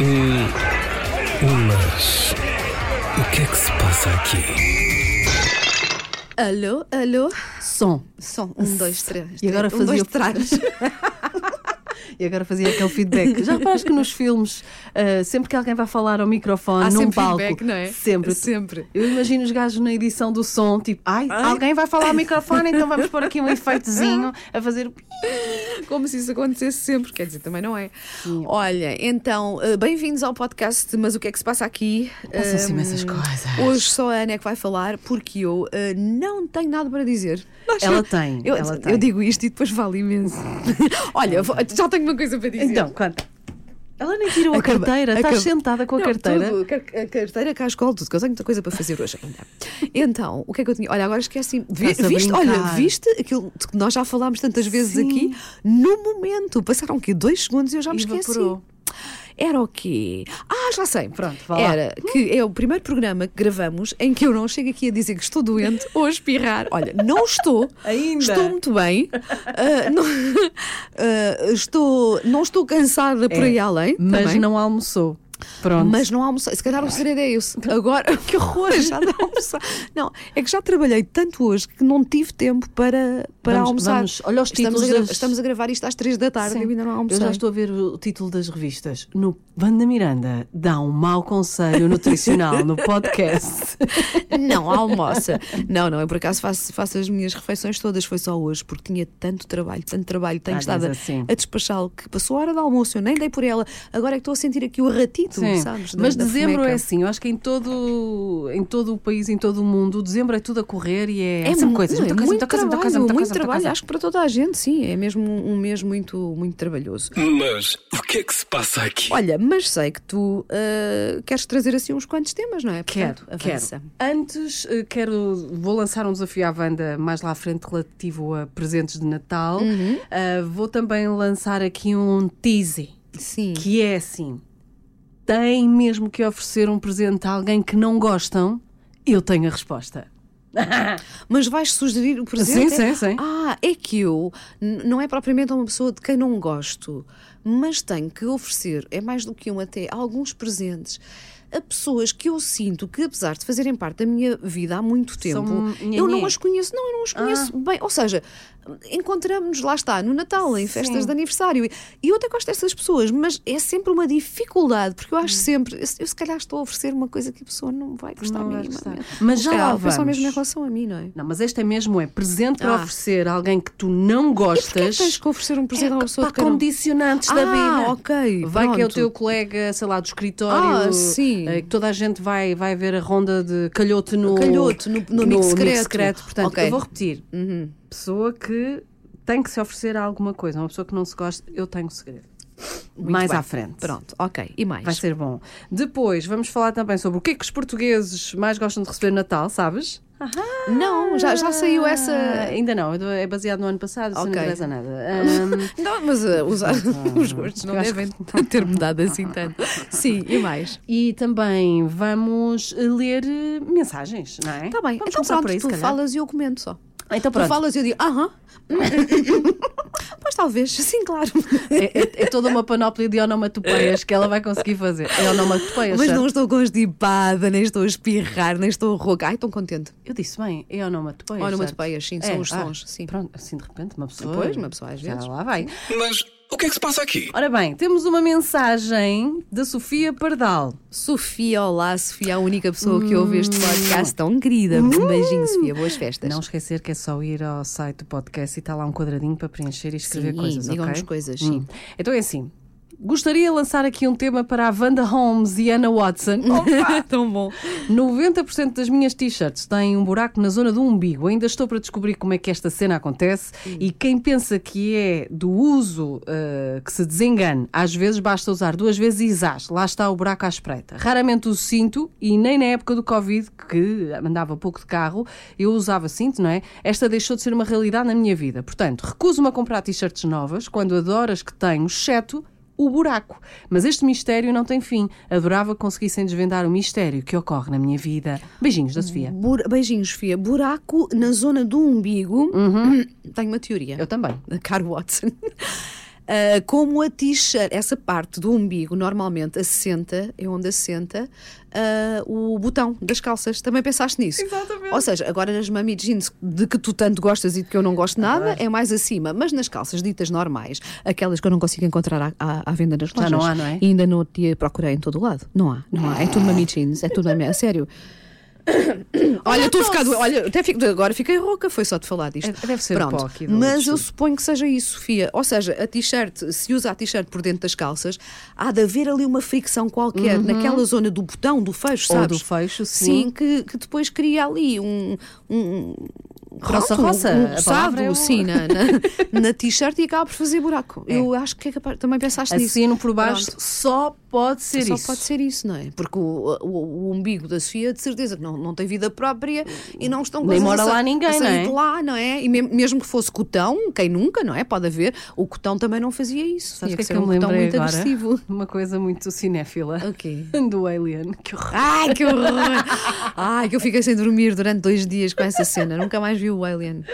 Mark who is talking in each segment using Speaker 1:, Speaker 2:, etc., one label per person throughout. Speaker 1: Hum, mas o que é que se passa aqui?
Speaker 2: Alô, alô.
Speaker 3: Som.
Speaker 2: Som, um, dois, três.
Speaker 3: E agora
Speaker 2: um, dois,
Speaker 3: fazia-
Speaker 2: trás.
Speaker 3: E agora fazia aquele feedback. Já reparas que nos filmes, ah, sempre que alguém vai falar ao microfone,
Speaker 2: Há
Speaker 3: num
Speaker 2: sempre
Speaker 3: palco,
Speaker 2: feedback, não é?
Speaker 3: sempre.
Speaker 2: Sempre.
Speaker 3: Eu imagino os gajos na edição do som, tipo, ai, alguém vai falar ao microfone, então vamos pôr aqui um efeitozinho a fazer.
Speaker 2: Como se isso acontecesse sempre, quer dizer, também não é. Olha, então, eh, bem-vindos ao podcast Mas o que é que se passa aqui?
Speaker 3: Passam-se
Speaker 2: Hum,
Speaker 3: imensas coisas.
Speaker 2: Hoje só a Ana é que vai falar, porque eu eh, não tenho nada para dizer.
Speaker 3: Ela tem,
Speaker 2: Eu,
Speaker 3: ela
Speaker 2: eu
Speaker 3: tem.
Speaker 2: digo isto e depois vale imenso. Olha, vou- já tenho uma coisa para dizer.
Speaker 3: Então, conta. Ela nem tirou a,
Speaker 2: Acaba-
Speaker 3: carteira,
Speaker 2: acaba-
Speaker 3: estás sentada com a
Speaker 2: Não,
Speaker 3: carteira.
Speaker 2: tudo, car- a carteira, cascola, tudo, que eu tenho muita coisa para fazer hoje ainda. Então, o que é que eu tinha? Olha, agora esqueci. Vi,
Speaker 3: Estás a
Speaker 2: viste,
Speaker 3: brincar.
Speaker 2: olha, viste aquilo de que nós já falámos tantas vezes
Speaker 3: Sim.
Speaker 2: aqui? No momento, passaram aqui dois segundos e eu já me
Speaker 3: Evaporou.
Speaker 2: esqueci. Era o quê? Ah, já sei. Pronto,
Speaker 3: vá lá.
Speaker 2: Era que é o primeiro programa que gravamos em que eu não chego aqui a dizer que estou doente ou a espirrar. Olha, não estou.
Speaker 3: Ainda.
Speaker 2: Estou muito bem. Ah, não, ah, estou, não estou cansada por
Speaker 3: É,
Speaker 2: aí além.
Speaker 3: Mas
Speaker 2: também.
Speaker 3: não almoçou. Pronto.
Speaker 2: Mas não almocei. Se calhar o segredo é esse. Agora, que horror! Já não almoçar. Não, é que já trabalhei tanto hoje que não tive tempo para, para
Speaker 3: Vamos-
Speaker 2: almoçar.
Speaker 3: vamos. Olha
Speaker 2: estamos
Speaker 3: os
Speaker 2: a,
Speaker 3: títulos
Speaker 2: gra-
Speaker 3: das-
Speaker 2: estamos a gravar isto às 3 da tarde
Speaker 3: Sim.
Speaker 2: e ainda não almocei.
Speaker 3: Eu já estou a ver o título das revistas. No Banda Miranda dá um mau conselho nutricional no podcast.
Speaker 2: Não, almoça. Não, não, eu por acaso faço, faço as minhas refeições todas, foi só hoje, porque tinha tanto trabalho, tanto trabalho, tenho
Speaker 3: Às
Speaker 2: estado a,
Speaker 3: vezes assim.
Speaker 2: a despachá-lo que passou a hora do almoço, eu nem dei por ela. Agora é que estou a sentir aqui o ratito,
Speaker 3: Sim.
Speaker 2: sabes? da-
Speaker 3: Mas
Speaker 2: da
Speaker 3: dezembro é
Speaker 2: fomeca.
Speaker 3: assim, eu acho que em todo, em todo o país, em todo o mundo, dezembro é tudo a correr e é,
Speaker 2: É
Speaker 3: sempre
Speaker 2: mu-
Speaker 3: coisas,
Speaker 2: não,
Speaker 3: muita
Speaker 2: é muito
Speaker 3: coisa, muita coisa, muita coisa,
Speaker 2: trabalho,
Speaker 3: muita
Speaker 2: muito
Speaker 3: coisa,
Speaker 2: trabalho.
Speaker 3: muita coisa.
Speaker 2: Acho que para toda a gente, sim, é mesmo um um mês muito, muito trabalhoso.
Speaker 1: Mas o que é que se passa aqui?
Speaker 2: Olha, mas sei que tu ah, queres trazer assim uns quantos temas, não é? Portanto, avança.
Speaker 3: Antes, eh, quero, vou lançar um desafio à banda mais lá à frente relativo a presentes de Natal.
Speaker 2: Uhum.
Speaker 3: Ah, vou também lançar aqui um teaser.
Speaker 2: Sim.
Speaker 3: que é assim: tem mesmo que oferecer um presente a alguém que não gostam? Eu tenho a resposta.
Speaker 2: Mas vais sugerir o presente?
Speaker 3: Sim, sim, sim.
Speaker 2: Ah, é que eu n- não é propriamente uma pessoa de quem não gosto, mas tenho que oferecer, é mais do que um até, alguns presentes a pessoas que eu sinto que, apesar de fazerem parte da minha vida há muito tempo, eu não
Speaker 3: nhenhé.
Speaker 2: as conheço, não, eu não as
Speaker 3: Ah.
Speaker 2: conheço bem. Ou seja, encontramos-nos lá está, no Natal, em festas
Speaker 3: Sim.
Speaker 2: de aniversário. E eu até gosto dessas pessoas, mas é sempre uma dificuldade, porque eu acho
Speaker 3: Hum.
Speaker 2: sempre, eu, se- eu se calhar estou a oferecer uma coisa que a pessoa não vai gostar
Speaker 3: Não vai
Speaker 2: minimamente. é
Speaker 3: gostar. Mas já lá
Speaker 2: Foi só
Speaker 3: vamos.
Speaker 2: mesmo em relação a mim, não é?
Speaker 3: Não, mas este é mesmo é presente para
Speaker 2: Ah.
Speaker 3: oferecer a alguém que tu não
Speaker 2: Porquê é que
Speaker 3: gostas.
Speaker 2: tens que oferecer um presente a uma pessoa
Speaker 3: É, pá,
Speaker 2: de quem não-
Speaker 3: condicionantes da
Speaker 2: Ah,
Speaker 3: vida.
Speaker 2: ok,
Speaker 3: Vai que é o
Speaker 2: pronto.
Speaker 3: teu colega, sei lá, do escritório.
Speaker 2: Ah, sim.
Speaker 3: eh, que toda a gente vai, vai ver a ronda de calhoto no.
Speaker 2: Calhoto, no- no amigo secreto.
Speaker 3: Portanto,
Speaker 2: Ok.
Speaker 3: eu vou repetir. Uhum. Pessoa que tem que se oferecer a alguma coisa. Uma pessoa que não se gosta, eu tenho um segredo.
Speaker 2: Muito
Speaker 3: Mais
Speaker 2: bem.
Speaker 3: à frente.
Speaker 2: Pronto, ok. E mais?
Speaker 3: Vai ser bom. Depois vamos falar também sobre o que é que os portugueses mais gostam de receber no Natal, sabes?
Speaker 2: Não, já, já saiu
Speaker 3: Ah,
Speaker 2: essa.
Speaker 3: ainda não, é baseado no ano passado, isso
Speaker 2: Ok.
Speaker 3: não interessa nada. Ahm,
Speaker 2: Não, mas ah, os, os gostos não
Speaker 3: tá. Eu acho
Speaker 2: devem ter mudado assim tanto. Sim, e mais?
Speaker 3: e também vamos ler eh, mensagens, não é?
Speaker 2: Está bem,
Speaker 3: vamos
Speaker 2: então
Speaker 3: começar
Speaker 2: pronto,
Speaker 3: por aí, se
Speaker 2: tu
Speaker 3: calhar.
Speaker 2: falas e eu comento só.
Speaker 3: Então
Speaker 2: Tu
Speaker 3: pronto,
Speaker 2: falas e eu digo, aham. pois talvez, sim, claro.
Speaker 3: é, é- é toda uma panóplia de onomatopeias que ela vai conseguir fazer. É onomatopeias,
Speaker 2: Mas
Speaker 3: certo?
Speaker 2: não estou constipada, nem estou a espirrar, nem estou rouca. Ai, estou contente.
Speaker 3: Eu disse bem, é onomatopeias,
Speaker 2: Onomatopeias, sim,
Speaker 3: certo?
Speaker 2: são
Speaker 3: É,
Speaker 2: os
Speaker 3: ah,
Speaker 2: sons, sim.
Speaker 3: Pronto, assim de repente uma pessoa...
Speaker 2: Pois, uma pessoa às
Speaker 3: Já
Speaker 2: vezes.
Speaker 3: lá vai.
Speaker 1: Mas o que é que se passa aqui?
Speaker 3: Ora bem, temos uma mensagem da Sofia Pardal.
Speaker 2: Sofia, olá, Sofia, a única pessoa que ouve este podcast tão querida. Beijinho, Sofia, boas festas.
Speaker 3: Não esquecer que é só ir ao site do podcast e está lá um quadradinho para preencher e escrever
Speaker 2: Sim,
Speaker 3: coisas,
Speaker 2: digam-nos
Speaker 3: ok?
Speaker 2: coisas, sim.
Speaker 3: Hum. Então é assim. Gostaria de lançar aqui um tema para a Wanda Holmes e Anna Watson.
Speaker 2: tão bom.
Speaker 3: 90% das minhas t-shirts têm um buraco na zona do umbigo. Ainda estou para descobrir como é que esta cena acontece e quem pensa que é do uso eh, que se desengane. Às vezes basta usar duas vezes e zás, lá está o buraco à espreita. Raramente uso cinto e nem na época do Covid, que andava pouco de carro, eu usava cinto, não é? Esta deixou de ser uma realidade na minha vida. Portanto, recuso-me a comprar t-shirts novas quando adoro as que tenho, exceto o buraco. Mas este mistério não tem fim. Adorava que conseguissem desvendar o mistério que ocorre na minha vida. Beijinhos da Sofia.
Speaker 2: Bur- Beijinhos, Sofia. Buraco Uhum. na zona do umbigo. Tenho uma teoria.
Speaker 3: Eu também.
Speaker 2: Caro Watson. Ah, como a t-shirt, essa parte do umbigo normalmente assenta, é onde assenta ah, o botão das calças. Também pensaste nisso?
Speaker 3: Exatamente.
Speaker 2: Ou seja, agora nas mami jeans de que tu tanto gostas e de que eu não gosto nada, é mais acima. Mas nas calças ditas normais, aquelas que eu não consigo encontrar à, à- à venda nas lojas.
Speaker 3: não há, não é?
Speaker 2: E ainda no outro dia procurei em todo o lado. Não há, não há. É tudo mami jeans, é tudo mami, é sério. Olha, estou a ficar doente. Olha, até fico, agora fiquei rouca, foi só de falar disto.
Speaker 3: É- deve ser
Speaker 2: Pronto.
Speaker 3: pó aqui do
Speaker 2: Mas eu
Speaker 3: estúdio.
Speaker 2: suponho que seja isso, Sofia. Ou seja, a t-shirt, se usa a t-shirt por dentro das calças, há de haver ali uma fricção qualquer naquela zona do botão, do fecho,
Speaker 3: Uhum. Ou
Speaker 2: sabes?
Speaker 3: do fecho, sim.
Speaker 2: Sim, que, que depois cria ali um. um
Speaker 3: Roça,
Speaker 2: pronto, um-
Speaker 3: roça,
Speaker 2: um
Speaker 3: a palavra
Speaker 2: roçado,
Speaker 3: é o-
Speaker 2: sim, na, na- na t-shirt e acaba por fazer buraco. Eu acho que é capaz, também pensaste nisso.
Speaker 3: Assino por baixo
Speaker 2: Pronto.
Speaker 3: só pode ser
Speaker 2: Só
Speaker 3: isso.
Speaker 2: pode ser isso, não é? Porque o, o- o umbigo da Sofia, de certeza, que não, não tem vida própria e não estão
Speaker 3: Nem
Speaker 2: coisas
Speaker 3: mora
Speaker 2: a sa-
Speaker 3: lá ninguém,
Speaker 2: a sair
Speaker 3: não é?
Speaker 2: de lá, não é? E me- mesmo que fosse cotão, quem nunca, não é? Pode haver. O cotão também não fazia isso. Tinha
Speaker 3: Sabes o que é que
Speaker 2: ser
Speaker 3: eu
Speaker 2: um
Speaker 3: me
Speaker 2: cotão
Speaker 3: lembrei
Speaker 2: muito
Speaker 3: agora?
Speaker 2: agressivo.
Speaker 3: Uma coisa muito cinéfila.
Speaker 2: O quê?
Speaker 3: Do Alien. Que horror.
Speaker 2: Ai, que horror! Ai, que eu fiquei sem dormir durante dois dias com essa cena. Nunca mais vi o Alien.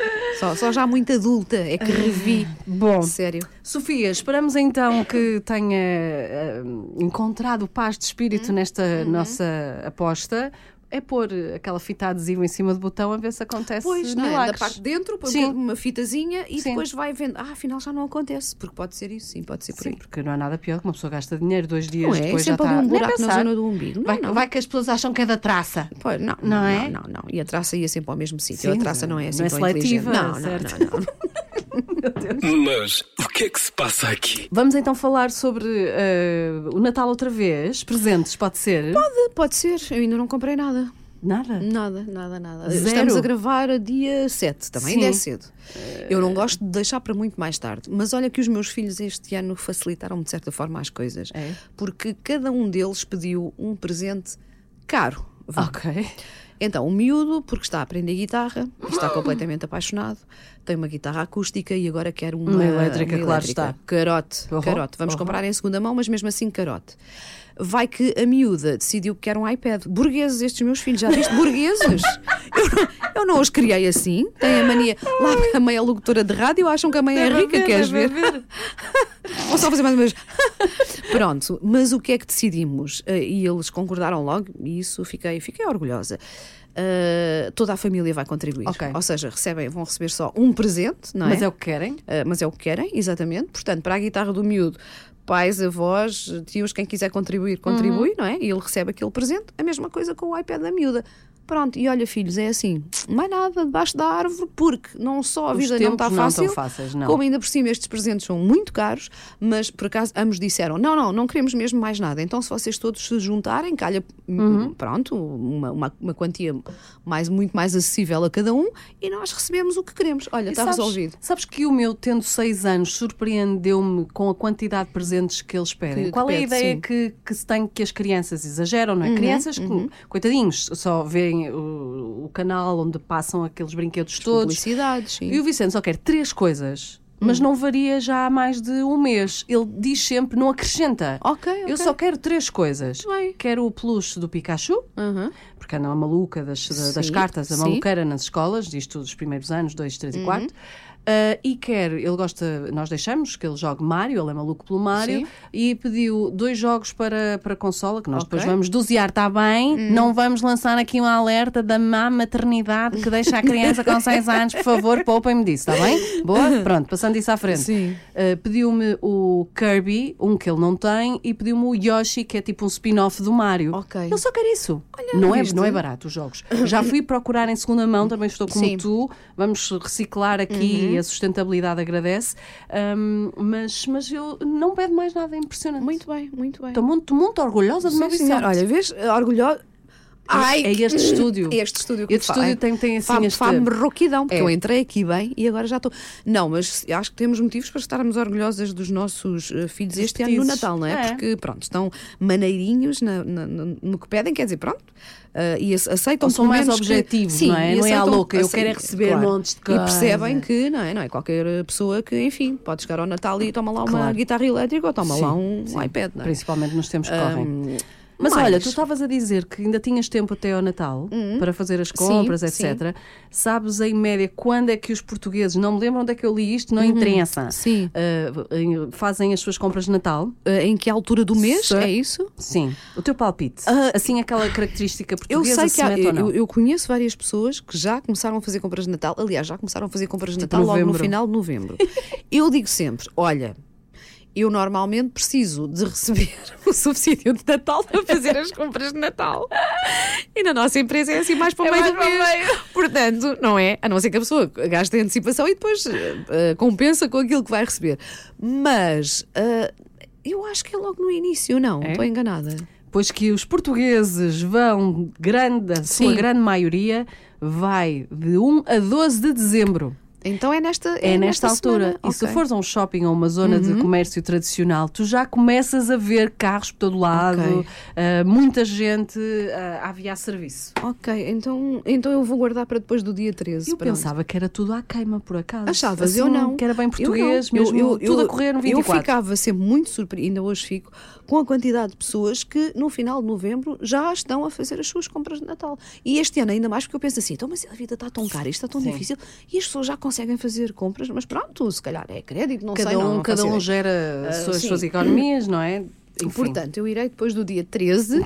Speaker 2: Só, só já muito adulta é que revi.
Speaker 3: Bom,
Speaker 2: Sério.
Speaker 3: Sofia, esperamos então que tenha eh, encontrado paz de espírito
Speaker 2: Uhum.
Speaker 3: nesta nossa aposta. É pôr aquela fita adesiva em cima do botão a ver se acontece
Speaker 2: Pois, não é? Da
Speaker 3: milagres.
Speaker 2: parte de dentro, põe um
Speaker 3: Sim.
Speaker 2: bocadinho uma fitazinha e
Speaker 3: Sim.
Speaker 2: depois vai vendo. Ah, afinal já não acontece. Porque pode ser isso, sim, pode ser por
Speaker 3: Sim,
Speaker 2: aí.
Speaker 3: porque não há nada pior que uma pessoa gasta dinheiro dois dias
Speaker 2: Não é?
Speaker 3: depois já
Speaker 2: sempre
Speaker 3: está
Speaker 2: ali um
Speaker 3: Nem
Speaker 2: buraco na
Speaker 3: pensar.
Speaker 2: zona do umbigo. Não,
Speaker 3: vai,
Speaker 2: não.
Speaker 3: vai que as pessoas acham que é da traça.
Speaker 2: Pois, não, não,
Speaker 3: Não
Speaker 2: não,
Speaker 3: é?
Speaker 2: não, não. E a traça ia sempre ao mesmo sítio.
Speaker 3: Sim,
Speaker 2: a traça não é assim
Speaker 3: não é
Speaker 2: tão inteligente.
Speaker 3: seletiva,
Speaker 2: Não,
Speaker 3: certo.
Speaker 2: não, não, não.
Speaker 1: Mas o que é que se passa aqui?
Speaker 3: Vamos então falar sobre eh, o Natal outra vez. Presentes, pode ser? Pode.
Speaker 2: Pode ser, eu ainda não comprei nada.
Speaker 3: Nada.
Speaker 2: Nada, nada, nada.
Speaker 3: Zero.
Speaker 2: Estamos a gravar a dia 7, também
Speaker 3: Sim.
Speaker 2: ainda é cedo. Eu não gosto de deixar para muito mais tarde, mas olha que os meus filhos este ano facilitaram-me de certa forma as coisas,
Speaker 3: É?
Speaker 2: porque cada um deles pediu um presente caro. vá.
Speaker 3: Ok.
Speaker 2: Então, o miúdo, porque está a aprender guitarra, está
Speaker 3: Oh.
Speaker 2: completamente apaixonado, tem uma guitarra acústica e agora quer uma,
Speaker 3: Uma elétrica,
Speaker 2: uma
Speaker 3: claro
Speaker 2: elétrica.
Speaker 3: está.
Speaker 2: Carote,
Speaker 3: Uhum,
Speaker 2: carote. Vamos
Speaker 3: uhum.
Speaker 2: comprar em segunda mão, mas mesmo assim carote. Vai que a miúda decidiu que quer um iPad. Burgueses, estes meus filhos, já viste? Burgueses! Eu não, eu não os criei assim. Tem a mania. Lá a mãe é locutora de rádio, acham que a mãe é
Speaker 3: Deve
Speaker 2: rica,
Speaker 3: haver,
Speaker 2: queres
Speaker 3: deve
Speaker 2: ver? Vou só fazer mais uma vez. Pronto, mas o que é que decidimos? Eh, E eles concordaram logo, e isso fiquei, fiquei orgulhosa. Eh, toda a família vai contribuir.
Speaker 3: Ok.
Speaker 2: Ou seja, recebem, vão receber só um presente, não é?
Speaker 3: Mas é o que querem?
Speaker 2: Eh, mas é o que querem, exatamente. Portanto, para a guitarra do miúdo, pais, avós, tios, quem quiser contribuir, contribui,
Speaker 3: Uhum.
Speaker 2: não é? E ele recebe aquele presente. A mesma coisa com o iPad da miúda. Pronto, e olha, filhos, é assim, mais nada debaixo da árvore, porque não só a
Speaker 3: Os
Speaker 2: vida não está
Speaker 3: tempos não
Speaker 2: fácil,
Speaker 3: estão fáceis, não.
Speaker 2: como ainda por cima estes presentes são muito caros, mas por acaso ambos disseram: não, não, não queremos mesmo mais nada. Então, se vocês todos se juntarem, calha, hum,
Speaker 3: Uhum.
Speaker 2: pronto, uma, uma, uma quantia mais, muito mais acessível a cada um e nós recebemos o que queremos. Olha,
Speaker 3: E
Speaker 2: está
Speaker 3: sabes-
Speaker 2: resolvido.
Speaker 3: Sabes que o meu, tendo seis anos, surpreendeu-me com a quantidade de presentes que eles pedem.
Speaker 2: Que-
Speaker 3: Qual
Speaker 2: que
Speaker 3: é a
Speaker 2: pede,
Speaker 3: ideia
Speaker 2: sim. Uhum,
Speaker 3: que, que se tem que as crianças exageram, não é? crianças que, coitadinhos, só veem o, o canal onde passam aqueles brinquedos todos.
Speaker 2: Publicidades, sim.
Speaker 3: E o Vicente só quer três coisas, mas
Speaker 2: Hum.
Speaker 3: não varia já há mais de um mês. Ele diz sempre, não acrescenta.
Speaker 2: Ok,
Speaker 3: Eu
Speaker 2: Oh, ok.
Speaker 3: só quero três coisas.
Speaker 2: Bem.
Speaker 3: Quero o peluche do Pikachu,
Speaker 2: Aham.
Speaker 3: porque anda uma maluca das, da- das
Speaker 2: Sim,
Speaker 3: cartas, a
Speaker 2: sim. Uhum.
Speaker 3: maluqueira nas escolas, disto dos primeiros anos, dois, três e quatro. Ah, e quer, ele gosta, nós deixamos que ele jogue Mario, ele é maluco pelo Mario,
Speaker 2: Sim.
Speaker 3: e pediu dois jogos para, para a consola, que nós depois
Speaker 2: Ok. Hum.
Speaker 3: vamos dosear, está bem? Não vamos lançar aqui um alerta da má maternidade que deixa a criança com seis anos, por favor, poupem-me disso, está bem? Boa? Pronto, passando isso à frente.
Speaker 2: Sim.
Speaker 3: Ah, pediu-me o Kirby, um que ele não tem, e pediu-me o Yoshi, que é tipo um spin-off do Mario.
Speaker 2: Ok.
Speaker 3: Ele só quer isso. não, é,
Speaker 2: viste?
Speaker 3: não é barato os jogos. Já fui procurar em segunda mão, também estou como
Speaker 2: Sim. Uhum.
Speaker 3: tu. Vamos reciclar aqui e a sustentabilidade agradece. Ahm, mas, mas eu não pede mais nada, é impressionante.
Speaker 2: Muito bem, muito bem.
Speaker 3: Estou muito, muito orgulhosa do meu
Speaker 2: Sim, senhor.
Speaker 3: Vicente.
Speaker 2: Olha, vês? Orgulhosa. Ai,
Speaker 3: é este estúdio.
Speaker 2: É este estúdio que te
Speaker 3: Este
Speaker 2: fala,
Speaker 3: estúdio
Speaker 2: é?
Speaker 3: tem- tem assim
Speaker 2: Fá-me-
Speaker 3: este-
Speaker 2: Fá-me rouquidão, porque
Speaker 3: É.
Speaker 2: eu entrei aqui bem e agora já estou. Não, mas acho que temos motivos para estarmos orgulhosas dos nossos eh, filhos
Speaker 3: Dos
Speaker 2: este ano no
Speaker 3: petizes.
Speaker 2: Natal, não é?
Speaker 3: É.
Speaker 2: Porque, pronto, estão maneirinhos na- na- na- no que pedem, quer dizer, pronto. eh, e ace- aceitam
Speaker 3: Ou são
Speaker 2: pelo
Speaker 3: mais
Speaker 2: menos que-
Speaker 3: objetivos,
Speaker 2: Sim,
Speaker 3: não é?
Speaker 2: e
Speaker 3: Não é à
Speaker 2: aceitam-
Speaker 3: louca, eu
Speaker 2: ace-
Speaker 3: quero é receber montes de
Speaker 2: E percebem
Speaker 3: coisa.
Speaker 2: que não é, não é qualquer pessoa que, enfim, pode chegar ao Natal e toma lá uma
Speaker 3: Claro.
Speaker 2: guitarra elétrica ou toma
Speaker 3: Sim,
Speaker 2: lá um
Speaker 3: sim.
Speaker 2: iPad, não é?
Speaker 3: Principalmente nos tempos que correm.
Speaker 2: Hum,
Speaker 3: Mas
Speaker 2: Mais. Uhum.
Speaker 3: olha, tu estavas a dizer que ainda tinhas tempo até ao Natal para fazer as compras,
Speaker 2: sim.
Speaker 3: etc. Sabes em média quando é que os portugueses, não me lembro onde é que eu li isto, não interessa,
Speaker 2: Uhum. Sim.
Speaker 3: ah, em- fazem as suas compras de Natal?
Speaker 2: Eh, em que altura do mês?
Speaker 3: Cer-
Speaker 2: É isso?
Speaker 3: Sim. O teu palpite? assim, aquela característica
Speaker 2: Eu
Speaker 3: portuguesa
Speaker 2: sei que
Speaker 3: se
Speaker 2: há,
Speaker 3: mete ou não?
Speaker 2: eu, eu conheço várias pessoas que já começaram a fazer compras de Natal. Aliás, já começaram a fazer compras de
Speaker 3: Tipo
Speaker 2: Natal logo no
Speaker 3: novembro.
Speaker 2: final de novembro. eu digo sempre: olha, eu normalmente preciso de receber o subsídio de Natal para fazer as compras de Natal. E na nossa empresa é assim mais para o
Speaker 3: É
Speaker 2: meio
Speaker 3: mais
Speaker 2: do
Speaker 3: para o
Speaker 2: mês. Portanto, não é? A não ser que a pessoa gaste em antecipação e depois eh, eh, compensa com aquilo que vai receber. Mas. eh, eu acho que é logo no início, não?
Speaker 3: É?
Speaker 2: Estou enganada.
Speaker 3: Pois que os portugueses vão, grande, a sua
Speaker 2: Sim.
Speaker 3: grande maioria, vai de 1 a 12 de dezembro.
Speaker 2: Então é nesta
Speaker 3: É, nesta, Uhum. altura.
Speaker 2: semana.
Speaker 3: E se
Speaker 2: Ok.
Speaker 3: fores a um shopping ou uma zona de comércio tradicional, tu já começas a ver carros por todo lado,
Speaker 2: Ok.
Speaker 3: ah, muita gente ah, a aviar serviço.
Speaker 2: Ok, então, então eu vou guardar para depois do dia 13.
Speaker 3: Eu
Speaker 2: pronto.
Speaker 3: pensava que era tudo à queima, por acaso.
Speaker 2: Achavas?
Speaker 3: Assim,
Speaker 2: eu não.
Speaker 3: Que era bem
Speaker 2: Eu
Speaker 3: português,
Speaker 2: não. Eu-
Speaker 3: mesmo
Speaker 2: eu- eu-
Speaker 3: tudo a correr no
Speaker 2: Eu
Speaker 3: 24.
Speaker 2: ficava sempre muito surpreendida, ainda hoje fico, com a quantidade de pessoas que no final de novembro já estão a fazer as suas compras de Natal. E este ano ainda mais, porque eu penso assim, então, mas a vida está tão cara, isto está tão
Speaker 3: Sim.
Speaker 2: difícil, e as pessoas já conseguem fazer compras, mas pronto, se calhar é crédito, não
Speaker 3: cada
Speaker 2: sei,
Speaker 3: um,
Speaker 2: não, não
Speaker 3: cada
Speaker 2: faço
Speaker 3: um
Speaker 2: ideia.
Speaker 3: gera as
Speaker 2: Ah,
Speaker 3: suas,
Speaker 2: sim.
Speaker 3: suas economias, não é? Enfim.
Speaker 2: Portanto, eu irei depois do dia 13,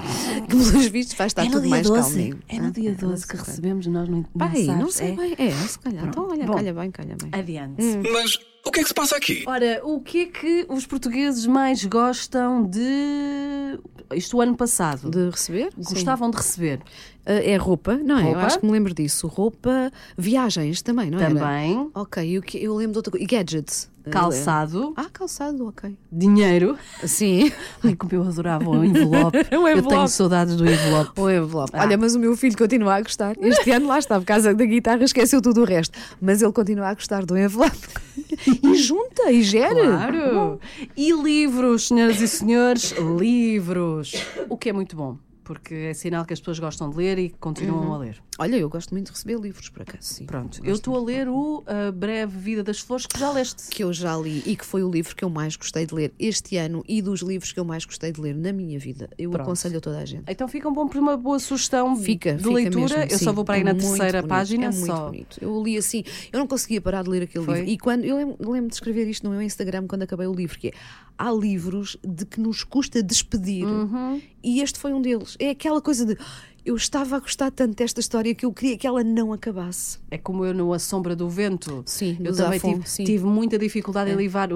Speaker 2: que pelos vistos vai estar tudo mais calminho.
Speaker 3: É no
Speaker 2: Ah,
Speaker 3: dia 12 que recebemos nós no
Speaker 2: Pai, não sei bem. Hum. É, se calhar. Então, olha,
Speaker 3: Bom.
Speaker 2: calha bem, calha bem.
Speaker 3: Adiante.
Speaker 1: Mas o que é que se passa aqui?
Speaker 3: Ora, o que é que os portugueses mais gostam de. Isto o ano passado.
Speaker 2: De receber?
Speaker 3: Gostavam de receber.
Speaker 2: Ah, é roupa, não é?
Speaker 3: Roupa.
Speaker 2: Eu acho que me lembro disso. Roupa, viagens também, não é?
Speaker 3: Também.
Speaker 2: Ok, e o que, eu lembro de outra coisa. E gadgets? Eh,
Speaker 3: Calçado, Ah,
Speaker 2: Ah, calçado, ok.
Speaker 3: dinheiro.
Speaker 2: Sim.
Speaker 3: Ai, como eu adorava o envelope.
Speaker 2: O
Speaker 3: Eu tenho
Speaker 2: É um envelope.
Speaker 3: saudades do envelope.
Speaker 2: O envelope.
Speaker 3: Ah.
Speaker 2: Olha, mas o meu filho continua a gostar. Este ano lá está, por causa da guitarra, esqueceu tudo o resto. Mas ele continua a gostar do envelope. E junta, e gera.
Speaker 3: Claro! Tá E livros, senhoras e senhores, livros! O que é muito bom, porque é sinal que as pessoas gostam de ler e continuam
Speaker 2: Uhum.
Speaker 3: a ler.
Speaker 2: Olha, eu gosto muito de receber livros, por acaso. Sim.
Speaker 3: Pronto, eu estou a ler o uh, Breve Vida das Flores, que já leste.
Speaker 2: que eu já li e que foi o livro que eu mais gostei de ler este ano e dos livros que eu mais gostei de ler na minha vida. Eu
Speaker 3: Pronto.
Speaker 2: aconselho a toda a gente.
Speaker 3: Então fica um bom por uma boa sugestão
Speaker 2: Fica,
Speaker 3: de
Speaker 2: fica
Speaker 3: leitura.
Speaker 2: mesmo,
Speaker 3: eu só
Speaker 2: sim.
Speaker 3: vou para aí
Speaker 2: É
Speaker 3: na
Speaker 2: muito
Speaker 3: terceira
Speaker 2: bonito,
Speaker 3: página
Speaker 2: é muito
Speaker 3: só.
Speaker 2: bonito. Eu li assim, eu não conseguia parar de ler aquele
Speaker 3: Foi?
Speaker 2: livro. E quando eu lem- lembro de escrever isto no meu Instagram quando acabei o livro, que é há livros de que nos custa despedir.
Speaker 3: Uhum.
Speaker 2: E este foi um deles. É aquela coisa de eu estava a gostar tanto desta história que eu queria que ela não acabasse.
Speaker 3: É como eu no A Sombra do Vento.
Speaker 2: Sim,
Speaker 3: eu
Speaker 2: do
Speaker 3: também
Speaker 2: Zafon,
Speaker 3: tive,
Speaker 2: sim.
Speaker 3: tive muita dificuldade em livrar-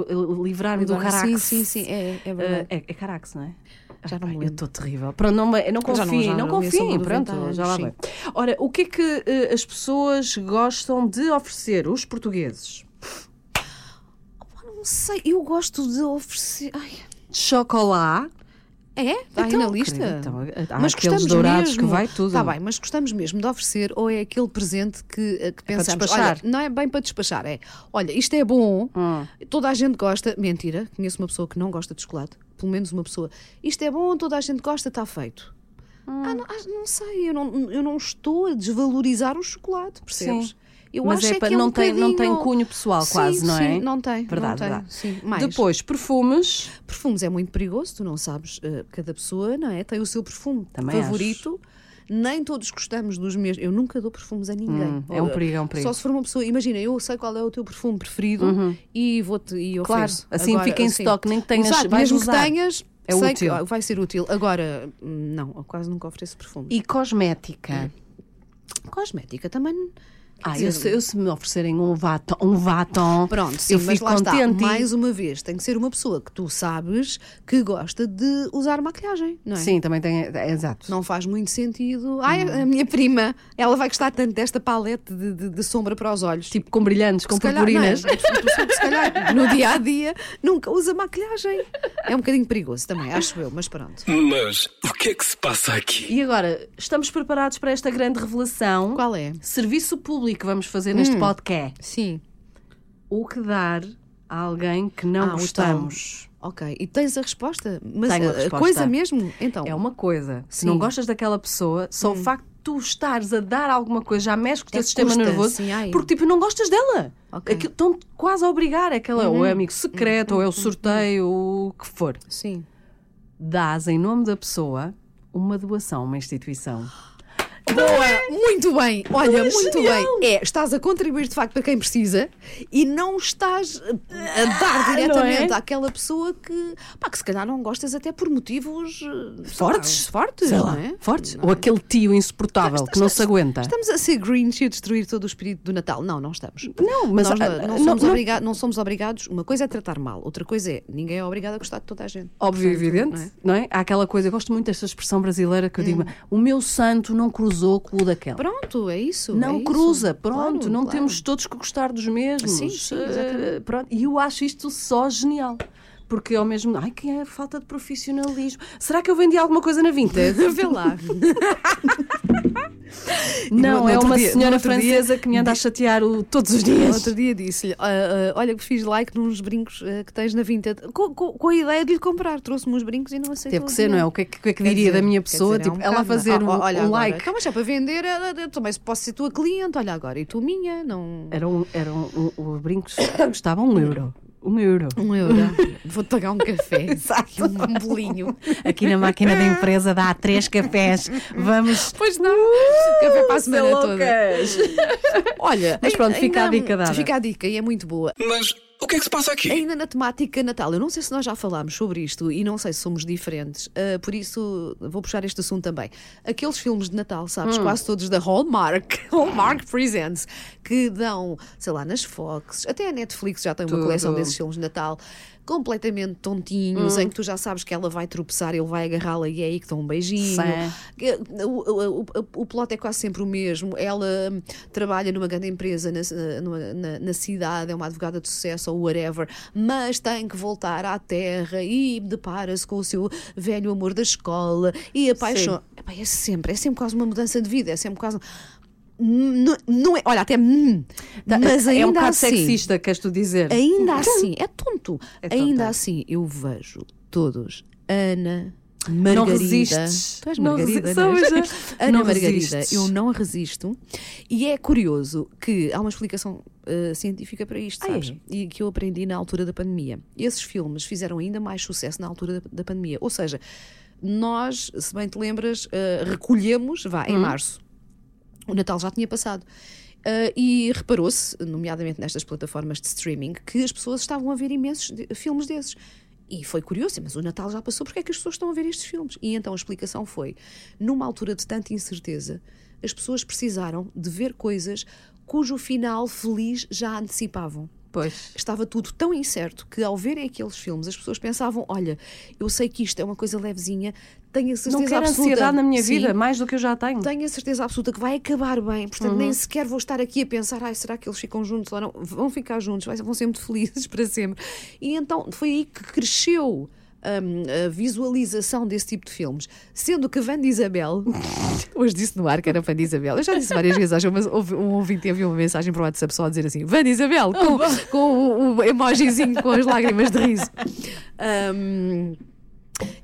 Speaker 3: livrar-me do
Speaker 2: Agora,
Speaker 3: carax.
Speaker 2: Sim, sim, sim, é, é verdade.
Speaker 3: Ah, é, é Carax, não é?
Speaker 2: Já não
Speaker 3: Ai,
Speaker 2: me
Speaker 3: Eu
Speaker 2: lembro.
Speaker 3: estou terrível. Pronto, não, me- eu não
Speaker 2: Eu já não-
Speaker 3: confiem,
Speaker 2: já não
Speaker 3: não,
Speaker 2: li a
Speaker 3: confiem.
Speaker 2: Sombra do
Speaker 3: Pronto,
Speaker 2: Vento há
Speaker 3: já lá
Speaker 2: anos,
Speaker 3: vai. Ora, o que é que eh, as pessoas gostam de oferecer, os portugueses?
Speaker 2: Não sei, eu gosto de oferecer. Ai,
Speaker 3: Chocolate.
Speaker 2: É? Está aí
Speaker 3: Então,
Speaker 2: na lista?
Speaker 3: querida, então, há
Speaker 2: mas
Speaker 3: aqueles
Speaker 2: gostamos
Speaker 3: dourados
Speaker 2: mesmo.
Speaker 3: que vai tudo.
Speaker 2: Tá bem, mas gostamos mesmo de oferecer ou é aquele presente que, eh, que pensamos...
Speaker 3: despachar.
Speaker 2: Olha, não é bem para despachar, é... Olha, isto é bom,
Speaker 3: Hum.
Speaker 2: toda a gente gosta... Mentira, conheço uma pessoa que não gosta de chocolate. Pelo menos uma pessoa. Isto é bom, toda a gente gosta, está feito. Ah, não, ah, não sei, eu não, eu não estou a desvalorizar o chocolate, percebes?
Speaker 3: Sim.
Speaker 2: Eu
Speaker 3: mas
Speaker 2: acho
Speaker 3: é
Speaker 2: que
Speaker 3: para-
Speaker 2: um
Speaker 3: não, tem, não tem
Speaker 2: bocadinho-
Speaker 3: cunho pessoal,
Speaker 2: Sim,
Speaker 3: quase, não é?
Speaker 2: Sim, não tem.
Speaker 3: Verdade,
Speaker 2: não tem.
Speaker 3: verdade.
Speaker 2: Sim, mais.
Speaker 3: Depois, perfumes.
Speaker 2: Perfumes é muito perigoso, tu não sabes, eh, cada pessoa não é? tem o seu perfume
Speaker 3: Também acho.
Speaker 2: favorito. Nem todos gostamos dos mesmos. Eu nunca dou perfumes a ninguém. Eh,
Speaker 3: Hum, é um perigo, é um perigo. Uhum.
Speaker 2: Só se for uma pessoa, imagina, eu sei qual é o teu perfume preferido e vou-te e
Speaker 3: Claro,
Speaker 2: ofereço.
Speaker 3: assim fica em estoque, nem que tenhas-
Speaker 2: Exato,
Speaker 3: vais
Speaker 2: mesmo
Speaker 3: usar.
Speaker 2: que tenhas,
Speaker 3: É
Speaker 2: sei
Speaker 3: útil.
Speaker 2: que vai ser útil. Agora, hum, não, eu quase nunca ofereço perfume.
Speaker 3: E cosmética.
Speaker 2: cosmética também.
Speaker 3: Ah,
Speaker 2: Quer
Speaker 3: eu,
Speaker 2: dizer,
Speaker 3: se, eu se me oferecerem um batom, um batom
Speaker 2: Pronto, sim,
Speaker 3: eu
Speaker 2: mas
Speaker 3: fico
Speaker 2: lá
Speaker 3: contente.
Speaker 2: está. Mais uma vez, tem que ser uma pessoa que tu sabes que gosta de usar maquilhagem, não é?
Speaker 3: Sim, também tem. é, exato.
Speaker 2: Não faz muito sentido. Ai, a minha prima, ela vai gostar tanto desta palete de, de- de sombra para os olhos.
Speaker 3: Tipo com brilhantes, com
Speaker 2: Se calhar, não é?
Speaker 3: purpurinas.
Speaker 2: Uma pessoa que se calhar no dia a dia nunca usa maquilhagem. É um bocadinho perigoso também, acho eu, mas pronto.
Speaker 1: Mas o que é que se passa aqui?
Speaker 3: E agora, estamos preparados para esta grande revelação.
Speaker 2: Qual é?
Speaker 3: Serviço público vamos fazer neste podcast.
Speaker 2: Sim.
Speaker 3: O que dar a alguém que não
Speaker 2: Ah, o
Speaker 3: gostamos.
Speaker 2: Ok. E tens a resposta? Mas
Speaker 3: Tenho a
Speaker 2: a- a
Speaker 3: resposta.
Speaker 2: coisa mesmo? Então.
Speaker 3: É uma coisa. Se
Speaker 2: Sim. Hum.
Speaker 3: não gostas daquela pessoa, só o facto de tu estares a dar alguma coisa já mexe com o teu
Speaker 2: É que
Speaker 3: sistema
Speaker 2: custa,
Speaker 3: nervoso,
Speaker 2: sim, ai.
Speaker 3: porque tipo, não gostas dela.
Speaker 2: Ok. Uhum.
Speaker 3: Aquilo- Estão-te quase a obrigar. Aquela, Ou é amigo secreto, ou é o sorteio, ou o que for.
Speaker 2: Sim.
Speaker 3: Dás em nome da pessoa uma doação a uma instituição.
Speaker 2: Boa! Muito bem! Olha,
Speaker 3: é
Speaker 2: muito
Speaker 3: genial.
Speaker 2: bem! É, estás a contribuir de facto para quem precisa e não estás a dar diretamente
Speaker 3: não é?
Speaker 2: àquela pessoa que, pá, que se calhar não gostas até por motivos eh, sei
Speaker 3: Fortes.
Speaker 2: lá, fortes,
Speaker 3: Sei
Speaker 2: não
Speaker 3: lá,
Speaker 2: é?
Speaker 3: fortes.
Speaker 2: Não
Speaker 3: Ou
Speaker 2: é?
Speaker 3: aquele tio insuportável que não se aguenta.
Speaker 2: Estamos a ser Grinch e a destruir todo o espírito do Natal. Não, não estamos.
Speaker 3: Não, mas,
Speaker 2: Nós
Speaker 3: ah,
Speaker 2: não, não
Speaker 3: não-
Speaker 2: somos
Speaker 3: não-
Speaker 2: obriga- não somos obrigados. Uma coisa é tratar mal, outra coisa é ninguém é obrigado a gostar de toda a gente.
Speaker 3: Óbvio e
Speaker 2: Portanto,
Speaker 3: evidente,
Speaker 2: não
Speaker 3: não
Speaker 2: é?
Speaker 3: é? Há aquela coisa, eu gosto muito desta expressão brasileira que eu digo, o meu santo não cruzou com o daquela.
Speaker 2: Pronto, é isso. é
Speaker 3: Não
Speaker 2: isso.
Speaker 3: cruza, pronto,
Speaker 2: Claro,
Speaker 3: não
Speaker 2: claro.
Speaker 3: temos todos que gostar dos mesmos.
Speaker 2: Sim, sim,
Speaker 3: Eh,
Speaker 2: exatamente.
Speaker 3: pronto. E eu acho isto só genial. Porque ao mesmo ai que é a falta de profissionalismo. Será que eu vendi alguma coisa na Vinted?
Speaker 2: Vê lá.
Speaker 3: não,
Speaker 2: no
Speaker 3: é
Speaker 2: outro
Speaker 3: uma
Speaker 2: dia- no
Speaker 3: senhora
Speaker 2: outro dia-
Speaker 3: francesa que me anda a chatear o- todos os dias.
Speaker 2: Outro dia disse-lhe: "Ah, ah, Olha, que fiz like nos brincos ah, que tens na Vinted, com, com- com a ideia de lhe comprar. Trouxe-me uns brincos e não aceitou.
Speaker 3: Teve que ser, não é? O que é que, o que é que
Speaker 2: Quer
Speaker 3: diria
Speaker 2: dizer-
Speaker 3: da minha
Speaker 2: quer
Speaker 3: pessoa?
Speaker 2: dizer, é um
Speaker 3: tipo, ela
Speaker 2: bocado,
Speaker 3: fazer
Speaker 2: não.
Speaker 3: um,
Speaker 2: Ah, olha
Speaker 3: um
Speaker 2: agora.
Speaker 3: like.
Speaker 2: Então, mas é para vender, ah, ah, também se posso ser tua cliente, olha agora, e tu minha, não.
Speaker 3: Eram, eram um, um, brincos que custavam um euro. Um euro.
Speaker 2: Um euro. Vou-te pagar um café. Exato. Um bolinho.
Speaker 3: Aqui na máquina da empresa dá três cafés. Vamos.
Speaker 2: Pois não.
Speaker 3: Uh,
Speaker 2: café para a semana toda. Olha,
Speaker 3: é Mas pronto,
Speaker 2: ai-
Speaker 3: fica a
Speaker 2: ainda-
Speaker 3: dica dada.
Speaker 2: Fica a dica e é muito boa.
Speaker 1: Mas o que é que se passa aqui?
Speaker 2: Ainda na temática Natal, eu não sei se nós já falámos sobre isto e não sei se somos diferentes, ah, por isso vou puxar este assunto também. Aqueles filmes de Natal, sabes,
Speaker 3: Hum.
Speaker 2: quase todos da Hallmark, Hallmark Presents, que dão, sei lá, nas Fox, até a Netflix já tem uma
Speaker 3: Tudo.
Speaker 2: coleção desses filmes de Natal, completamente tontinhos,
Speaker 3: Hum.
Speaker 2: em que tu já sabes que ela vai tropeçar, ele vai agarrá-la e é aí que dão um beijinho.
Speaker 3: Sim.
Speaker 2: Que, O, o, o, o plot é quase sempre o mesmo. Ela hum, trabalha numa grande empresa na, numa- na, na cidade, é uma advogada de sucesso ou whatever, mas tem que voltar à terra e depara-se com o seu velho amor da escola e apaixona. Epá, É sempre, é sempre quase uma mudança de vida, é sempre quase. Não, não é, olha, até. hum, mas ainda
Speaker 3: é um bocado
Speaker 2: assim,
Speaker 3: sexista, queres tu dizer?
Speaker 2: Ainda assim, é tonto.
Speaker 3: É tonto,
Speaker 2: ainda
Speaker 3: é.
Speaker 2: assim, eu vejo todos. Ana, Margarida.
Speaker 3: resistes.
Speaker 2: Tu és
Speaker 3: Não
Speaker 2: Margarida,
Speaker 3: resi-
Speaker 2: não és?
Speaker 3: Sabes, é?
Speaker 2: Ana
Speaker 3: Não
Speaker 2: Margarida,
Speaker 3: resistes.
Speaker 2: eu não resisto. E é curioso que há uma explicação eh, científica para isto,
Speaker 3: Ah,
Speaker 2: sabes? E que eu aprendi na altura da pandemia. Esses filmes fizeram ainda mais sucesso na altura da, da pandemia. Ou seja, nós, se bem te lembras, eh, recolhemos, vá,
Speaker 3: Uhum.
Speaker 2: em março. O Natal já tinha passado. Ah, e reparou-se, nomeadamente nestas plataformas de streaming, que as pessoas estavam a ver imensos de- filmes desses. E foi curioso, mas o Natal já passou, porque é que as pessoas estão a ver estes filmes? E então a explicação foi: numa altura de tanta incerteza, as pessoas precisaram de ver coisas cujo final feliz já antecipavam
Speaker 3: Pois.
Speaker 2: estava tudo tão incerto que ao verem aqueles filmes as pessoas pensavam, olha, eu sei que isto é uma coisa levezinha, tenho a certeza
Speaker 3: Não quero
Speaker 2: absoluta.
Speaker 3: ansiedade na minha
Speaker 2: Sim,
Speaker 3: vida, mais do que eu já tenho.
Speaker 2: Tenho a certeza absoluta que vai acabar bem, portanto nem sequer vou estar aqui a pensar, ai, será que eles ficam juntos ou não? Vão ficar juntos, vai- vão ser muito felizes para sempre. E então foi aí que cresceu hum, a visualização desse tipo de filmes. Sendo que Vanda Isabel, hoje disse no ar que era Vanda Isabel, eu já disse várias vezes, acho, mas houve- um ouvinte enviou uma mensagem para o WhatsApp só a dizer assim: Vanda Isabel, com, com o, o emojizinho com as lágrimas de riso. Hum,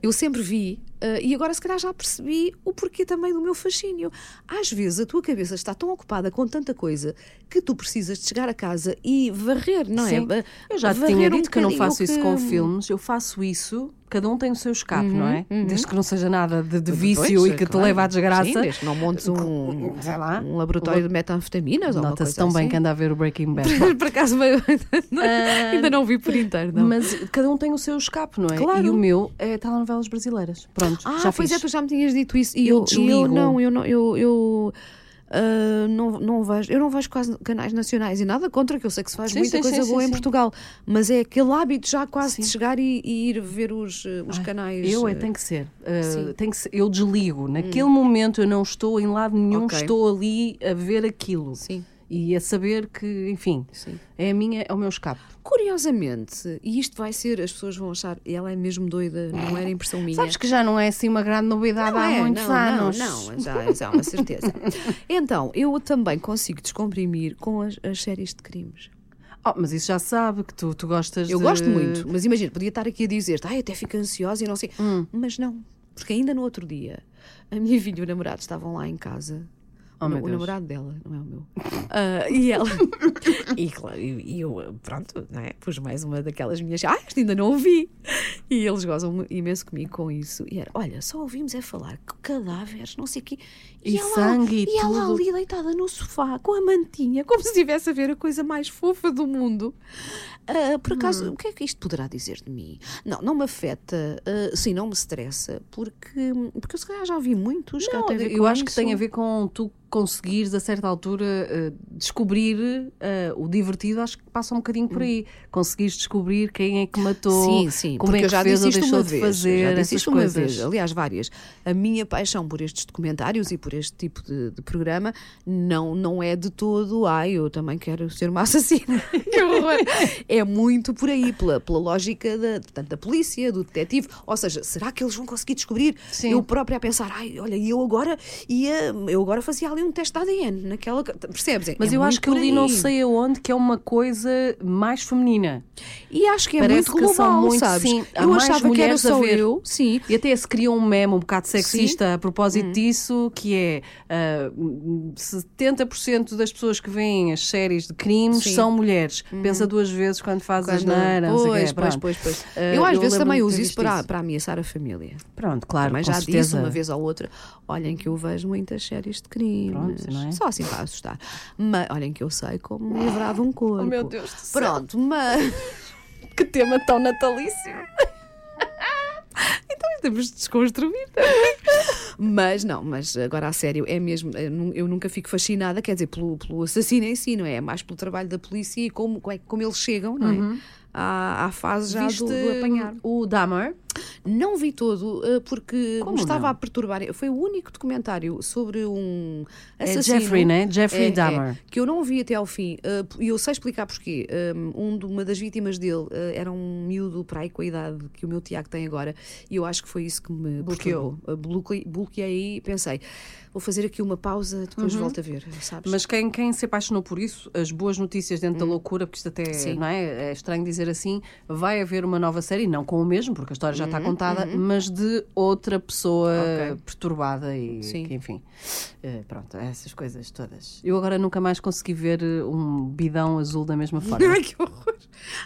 Speaker 2: eu sempre vi, eh, e agora se calhar já percebi o porquê também do meu fascínio. Às vezes a tua cabeça está tão ocupada com tanta coisa que tu precisas de chegar a casa e varrer, não
Speaker 3: Sim.
Speaker 2: é? Ba-
Speaker 3: Eu já te
Speaker 2: varrer
Speaker 3: tinha
Speaker 2: um
Speaker 3: dito que eu não
Speaker 2: bocadinho
Speaker 3: faço
Speaker 2: o
Speaker 3: isso com filmes, eu faço isso, cada um tem o seu escape, não é?
Speaker 2: Uhum,
Speaker 3: Desde que não seja nada de, de vício
Speaker 2: Pois,
Speaker 3: e que te
Speaker 2: claro.
Speaker 3: leva à
Speaker 2: Sim,
Speaker 3: desgraça.
Speaker 2: desde que não montes um,
Speaker 3: Sei lá.
Speaker 2: um laboratório de metanfetaminas ou uma coisa
Speaker 3: Nota-se tão bem
Speaker 2: assim.
Speaker 3: que anda Ah, a ver o Breaking Bad.
Speaker 2: Por acaso veio- ainda não vi por inteiro, não.
Speaker 3: Mas cada um tem o seu escape, não é?
Speaker 2: Claro.
Speaker 3: E o meu é telenovelas brasileiras. Pronto,
Speaker 2: Ah,
Speaker 3: já
Speaker 2: pois
Speaker 3: fiz.
Speaker 2: é, tu já me tinhas dito isso. E
Speaker 3: Eu
Speaker 2: eu, e eu
Speaker 3: desligo.
Speaker 2: não, eu não, eu, eu, ah, não, não vejo, eu não vejo quase canais nacionais e nada contra, que eu sei que se faz
Speaker 3: Sim,
Speaker 2: muita
Speaker 3: sim,
Speaker 2: coisa
Speaker 3: sim,
Speaker 2: boa
Speaker 3: sim,
Speaker 2: em
Speaker 3: sim.
Speaker 2: Portugal, mas é aquele hábito já quase de
Speaker 3: Sim.
Speaker 2: chegar e, e ir ver os, eh, os canais.
Speaker 3: Eu
Speaker 2: eh,
Speaker 3: é, tem que ser. Uh,
Speaker 2: Sim. Hum.
Speaker 3: tem que ser. Eu desligo. Naquele momento eu não estou em lado nenhum,
Speaker 2: Ok.
Speaker 3: estou ali a ver aquilo.
Speaker 2: Sim.
Speaker 3: E a saber que, enfim,
Speaker 2: Sim.
Speaker 3: é a minha, é o meu escape.
Speaker 2: Curiosamente, e isto vai ser, as pessoas vão achar, ela é mesmo doida, não era impressão minha.
Speaker 3: Sabes que já não é assim uma grande novidade
Speaker 2: Não
Speaker 3: há
Speaker 2: é,
Speaker 3: muitos
Speaker 2: não,
Speaker 3: anos.
Speaker 2: Não, não, já, já é uma certeza. então, eu também consigo descomprimir com as, as séries de crimes.
Speaker 3: Oh, mas isso já sabe que tu, tu gostas
Speaker 2: Eu
Speaker 3: de-
Speaker 2: gosto muito, mas imagina, podia estar aqui a dizer-te, ai, até fico ansiosa e não sei.
Speaker 3: Hum.
Speaker 2: Mas não, porque ainda no outro dia, a minha filha e o namorado estavam lá em casa.
Speaker 3: Oh,
Speaker 2: o,
Speaker 3: meu
Speaker 2: o
Speaker 3: Deus.
Speaker 2: namorado dela, não é o meu. Ah, e ela. e claro, e- e eu, pronto, não é? pus mais uma daquelas minhas. Ah, esta ainda não ouvi! E eles gozam imenso comigo com isso. E era, olha, só ouvimos é falar que cadáveres, não sei o quê.
Speaker 3: E
Speaker 2: ela,
Speaker 3: sangue e
Speaker 2: e ela
Speaker 3: tudo.
Speaker 2: ali deitada no sofá, com a mantinha, como se estivesse a ver a coisa mais fofa do mundo. Ah, por
Speaker 3: Hum.
Speaker 2: acaso, o que é que isto poderá dizer de mim? Não, não me afeta, ah, sim, não me estressa, porque, porque eu se calhar já ouvi muitos que
Speaker 3: Não,
Speaker 2: até ver
Speaker 3: eu
Speaker 2: com
Speaker 3: acho que
Speaker 2: isso.
Speaker 3: tem a ver com tu conseguires, a certa altura, eh, descobrir eh, o divertido. Acho que passa um bocadinho por aí. Conseguires descobrir quem é que matou,
Speaker 2: Hum. Sim, sim,
Speaker 3: como é
Speaker 2: porque
Speaker 3: que
Speaker 2: eu já
Speaker 3: fez
Speaker 2: disse
Speaker 3: ou
Speaker 2: isto
Speaker 3: deixou
Speaker 2: uma
Speaker 3: de
Speaker 2: vez.
Speaker 3: fazer.
Speaker 2: eu já
Speaker 3: essas
Speaker 2: disse isto
Speaker 3: coisas.
Speaker 2: uma vez, aliás, várias. A minha paixão por estes documentários e por este tipo de, de programa não, não é de todo, ai, eu também quero ser uma assassina. Que horror! é muito por aí, pela, pela lógica da, portanto, da polícia, do detetive. Ou seja, será que eles vão conseguir descobrir?
Speaker 3: Sim.
Speaker 2: Eu própria a pensar, ai, olha, e eu agora ia, eu agora fazia ali um teste de ADN naquela. ca- Percebes? É-
Speaker 3: Mas
Speaker 2: é
Speaker 3: eu acho
Speaker 2: muito
Speaker 3: que eu
Speaker 2: por
Speaker 3: li não
Speaker 2: aí.
Speaker 3: sei aonde que é uma coisa mais feminina.
Speaker 2: E acho que é
Speaker 3: Parece
Speaker 2: muito
Speaker 3: que são
Speaker 2: global,
Speaker 3: muito,
Speaker 2: sabes?
Speaker 3: sim, há
Speaker 2: eu
Speaker 3: mais
Speaker 2: achava que era
Speaker 3: mulheres a
Speaker 2: só
Speaker 3: ver.
Speaker 2: eu, sim.
Speaker 3: E até se criou um meme um bocado sexista a
Speaker 2: Hum.
Speaker 3: propósito disso, que é ah, 70% das pessoas que veem as séries de crimes
Speaker 2: Sim. Uhum.
Speaker 3: são mulheres. Pensa duas vezes quando fazes
Speaker 2: Quando-
Speaker 3: asneira, não sei o quê,
Speaker 2: Pois, pois,
Speaker 3: pronto.
Speaker 2: pois, pois.
Speaker 3: Ah,
Speaker 2: eu às vezes
Speaker 3: lembro-me
Speaker 2: também
Speaker 3: de ter
Speaker 2: uso isso
Speaker 3: visto
Speaker 2: para, para ameaçar a família.
Speaker 3: Pronto, claro,
Speaker 2: Mas
Speaker 3: com
Speaker 2: já disse
Speaker 3: certeza.
Speaker 2: uma vez ou outra: olhem que eu vejo muitas séries de crimes.
Speaker 3: Pronto, não é?
Speaker 2: Só assim para assustar. Mas olhem que eu sei como me livrava um corpo.
Speaker 3: Oh, meu Deus do céu.
Speaker 2: Pronto, mas.
Speaker 3: Que tema tão natalício.
Speaker 2: Então temos de desconstruir também. Mas não, mas agora a sério, é mesmo, eu nu- eu nunca fico fascinada, quer dizer, pelo, pelo assassino em si, não é? É mais pelo trabalho da polícia e como, como, é- como eles chegam, não é? À, à fase já
Speaker 3: Uhum. Viste
Speaker 2: do, do apanhar.
Speaker 3: o Dahmer?
Speaker 2: Não vi todo, eh, porque
Speaker 3: Como
Speaker 2: me estava
Speaker 3: não?
Speaker 2: a perturbar. Foi o único documentário sobre um assassino.
Speaker 3: Jeffrey, né? Jeffrey
Speaker 2: É, é,
Speaker 3: Dahmer.
Speaker 2: que eu não vi até ao fim. eh, E eu sei explicar porquê. Um, um de- uma das vítimas dele eh, era um miúdo para aí com a idade que o meu Tiago tem agora. E eu acho que foi isso que me
Speaker 3: Bloqueou.
Speaker 2: perturbou. Eh, Bloqueei, bloqueei e pensei, vou fazer aqui uma pausa, depois volto a ver, sabes?
Speaker 3: Uhum. Mas quem, quem se apaixonou por isso, as boas notícias dentro da loucura, porque isto até
Speaker 2: Hum. Sim.
Speaker 3: não é, é estranho dizer assim, vai haver uma nova série, não com o mesmo, porque a história já está contada, mas de outra pessoa
Speaker 2: Hum, uhum. Ok.
Speaker 3: perturbada e
Speaker 2: Sim.
Speaker 3: que, enfim. eh, pronto, essas coisas todas. Eu agora nunca mais consegui ver eh, um bidão azul da mesma forma.
Speaker 2: Ai, que horror!